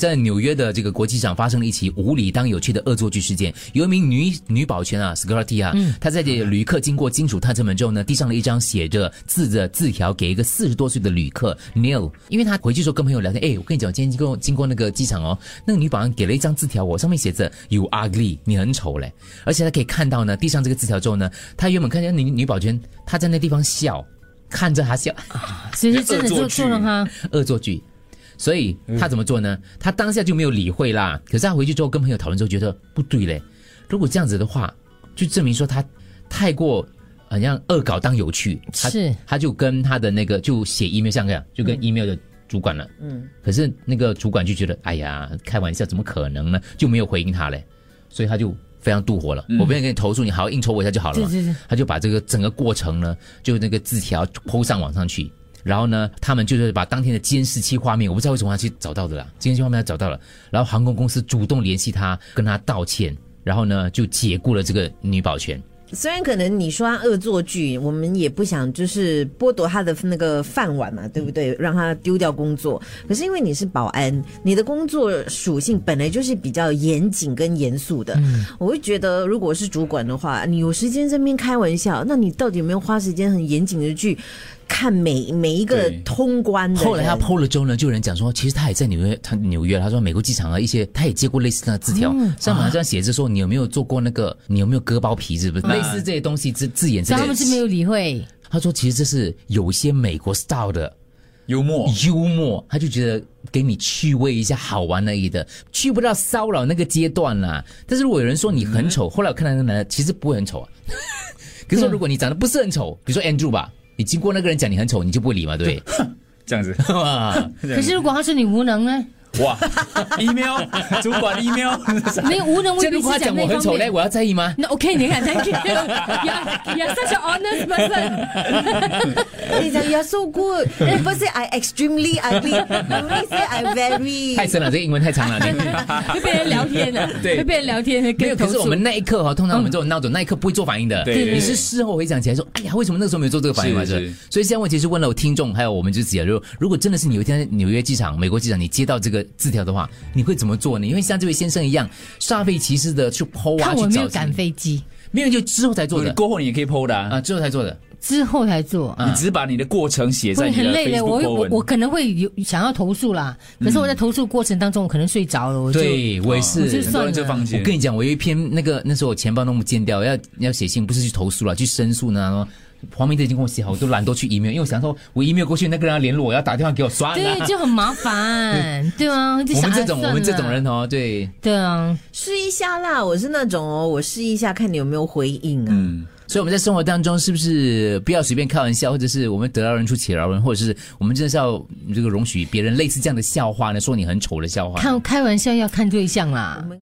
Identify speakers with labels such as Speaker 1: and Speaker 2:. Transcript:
Speaker 1: 在纽约的这个国际场发生了一起无理当有趣的恶作剧事件。有一名女女保全啊 s c o r t y 啊，她在这旅客经过金属探测门之后呢，递上了一张写着字的字条给一个四十多岁的旅客 Neil，因为他回去的时候跟朋友聊天，哎，我跟你讲，我今天经过经过那个机场哦，那个女保安给了一张字条我，上面写着 “You ugly”，你很丑嘞。而且他可以看到呢，递上这个字条之后呢，他原本看见女女保全，她在那地方笑，看着她笑，
Speaker 2: 其实真的做错了哈，
Speaker 1: 恶作剧。所以他怎么做呢？他当下就没有理会啦。可是他回去之后跟朋友讨论之后，觉得不对嘞。如果这样子的话，就证明说他太过好像恶搞当有趣。他
Speaker 2: 是嗯
Speaker 1: 他就跟他的那个就写 email 像这样，就跟 email 的主管了。嗯，可是那个主管就觉得，哎呀，开玩笑，怎么可能呢？就没有回应他嘞。所以他就非常妒火了。我不愿意跟你投诉，你好好应酬我一下就好了嘛。
Speaker 2: 对对对
Speaker 1: 他就把这个整个过程呢，就那个字条抛上网上去。然后呢，他们就是把当天的监视器画面，我不知道为什么他去找到的啦，监视器画面他找到了。然后航空公司主动联系他，跟他道歉，然后呢就解雇了这个女保全。
Speaker 3: 虽然可能你说他恶作剧，我们也不想就是剥夺他的那个饭碗嘛，对不
Speaker 1: 嗯
Speaker 3: 对？让他丢掉工作。可是因为你是保安，你的工作属性本来就是比较严谨跟严肃的，
Speaker 1: 嗯
Speaker 3: 我会觉得如果是主管的话，你有时间在那边开玩笑，那你到底有没有花时间很严谨的去看每每一个
Speaker 4: 对
Speaker 3: 通关的人？
Speaker 1: 后来他 PO 了之后呢，就有人讲说，其实他也在纽约，他纽约，他说美国机场啊一些，他也接过类似那样的字条，
Speaker 2: 嗯
Speaker 1: 上面好像写着说你有没有做过那个，你有没有割包皮，是不是、类似这些东西字字眼之
Speaker 2: 所以
Speaker 1: 类
Speaker 2: 嗯他们是没
Speaker 1: 的。
Speaker 2: 有理会。
Speaker 1: 他说其实这是有些美国 style 的
Speaker 4: 幽默，
Speaker 1: 幽默，他就觉得给你趣味一下好玩而已的，去不到骚扰那个阶段啦。但是如果有人说你很
Speaker 2: 嗯
Speaker 1: 丑，后来我看到那个男的其实不会很丑啊。 可是说如果你长得不是很丑，比如说 Andrew 吧，你经过那个人讲你很丑，你就不会理嘛，对 啊不
Speaker 4: 这样子，
Speaker 1: 对？哇
Speaker 4: 可
Speaker 2: 可 是如果他说你无能呢？
Speaker 4: 哇 ，email 主管 email，
Speaker 2: 没有无能
Speaker 1: 这
Speaker 2: 未
Speaker 1: 如
Speaker 2: 必
Speaker 1: 果他哎
Speaker 2: 是
Speaker 1: 讲我
Speaker 2: 讲那
Speaker 1: 很
Speaker 2: 方
Speaker 1: 丑嘞，
Speaker 2: 面。
Speaker 1: 我要在意吗？
Speaker 2: 那 OK，你看，Thank you，you're you're such an honest person。
Speaker 3: 你讲 You're so good，你 不是 I extremely ugly，you say I very
Speaker 1: 太深了，这个英文太长了。你
Speaker 2: 会被人聊天的，
Speaker 1: 对
Speaker 2: 会被人聊天的，
Speaker 1: 没
Speaker 2: 跟
Speaker 1: 有，
Speaker 2: 投
Speaker 1: 可是
Speaker 2: 诉嗯
Speaker 1: 我们那一刻哦哈，通常我们这种闹钟那一刻不会做反应的。
Speaker 4: 对对对
Speaker 1: 你是事后回想起来说，哎呀，为什么那个时候没有做这个反应嘛？
Speaker 4: 是
Speaker 1: 是
Speaker 4: 是。
Speaker 1: 所以现在问题是问了我听众，还有我们自己啊，就如果真的是你有一天在纽约机场、美国机场，你接到这个字条的话，你会怎么做呢？你会像这位先生一样，煞费其事的去剖啊，
Speaker 2: 看我
Speaker 1: 去
Speaker 2: 没
Speaker 1: 找
Speaker 2: 有赶，飞机
Speaker 1: 没有就之后才做的
Speaker 4: 过 后你也可以 PO 的
Speaker 1: 啊，
Speaker 4: 啊，
Speaker 1: 之后才做的。
Speaker 2: 之后才做。
Speaker 1: 啊
Speaker 4: 你只是把你的过程写在
Speaker 2: 会
Speaker 4: 你
Speaker 2: 很
Speaker 4: 的
Speaker 2: 累的，我会
Speaker 4: Facebook po
Speaker 2: 我
Speaker 4: 文
Speaker 2: 我可能会有想要投诉啦，可是我在投诉过程当中，我可能睡着了，我就哦
Speaker 1: 对，我也。
Speaker 2: 我就是
Speaker 4: 很多人
Speaker 2: 算了
Speaker 4: 就放
Speaker 1: 我
Speaker 4: 弃。
Speaker 1: 跟你讲，我有一篇那个那时候我钱包弄不见掉，要要写信，不是去投诉了，去申诉呢。然后黄明德已经跟我写好，我都懒得去 email，因为我想说，我 email 过去那个人要联络我，要打电话给我，算了。
Speaker 2: 对，就很麻烦，对啊，就
Speaker 1: 我
Speaker 2: 想
Speaker 1: 们
Speaker 2: 啊
Speaker 1: 这种我们这种，
Speaker 2: 算了
Speaker 1: 人哦，对，
Speaker 2: 对啊，
Speaker 3: 试一下啦，我是那种哦，我试一下看你有没有回应啊。
Speaker 4: 嗯，
Speaker 1: 所以我们在生活当中是不是不要随便开玩笑，或者是我们得饶人处且饶人，或者是我们真的是要这个容许别人类似这样的笑话呢？说你很丑的笑话呢，
Speaker 2: 看开玩笑要看对象啦。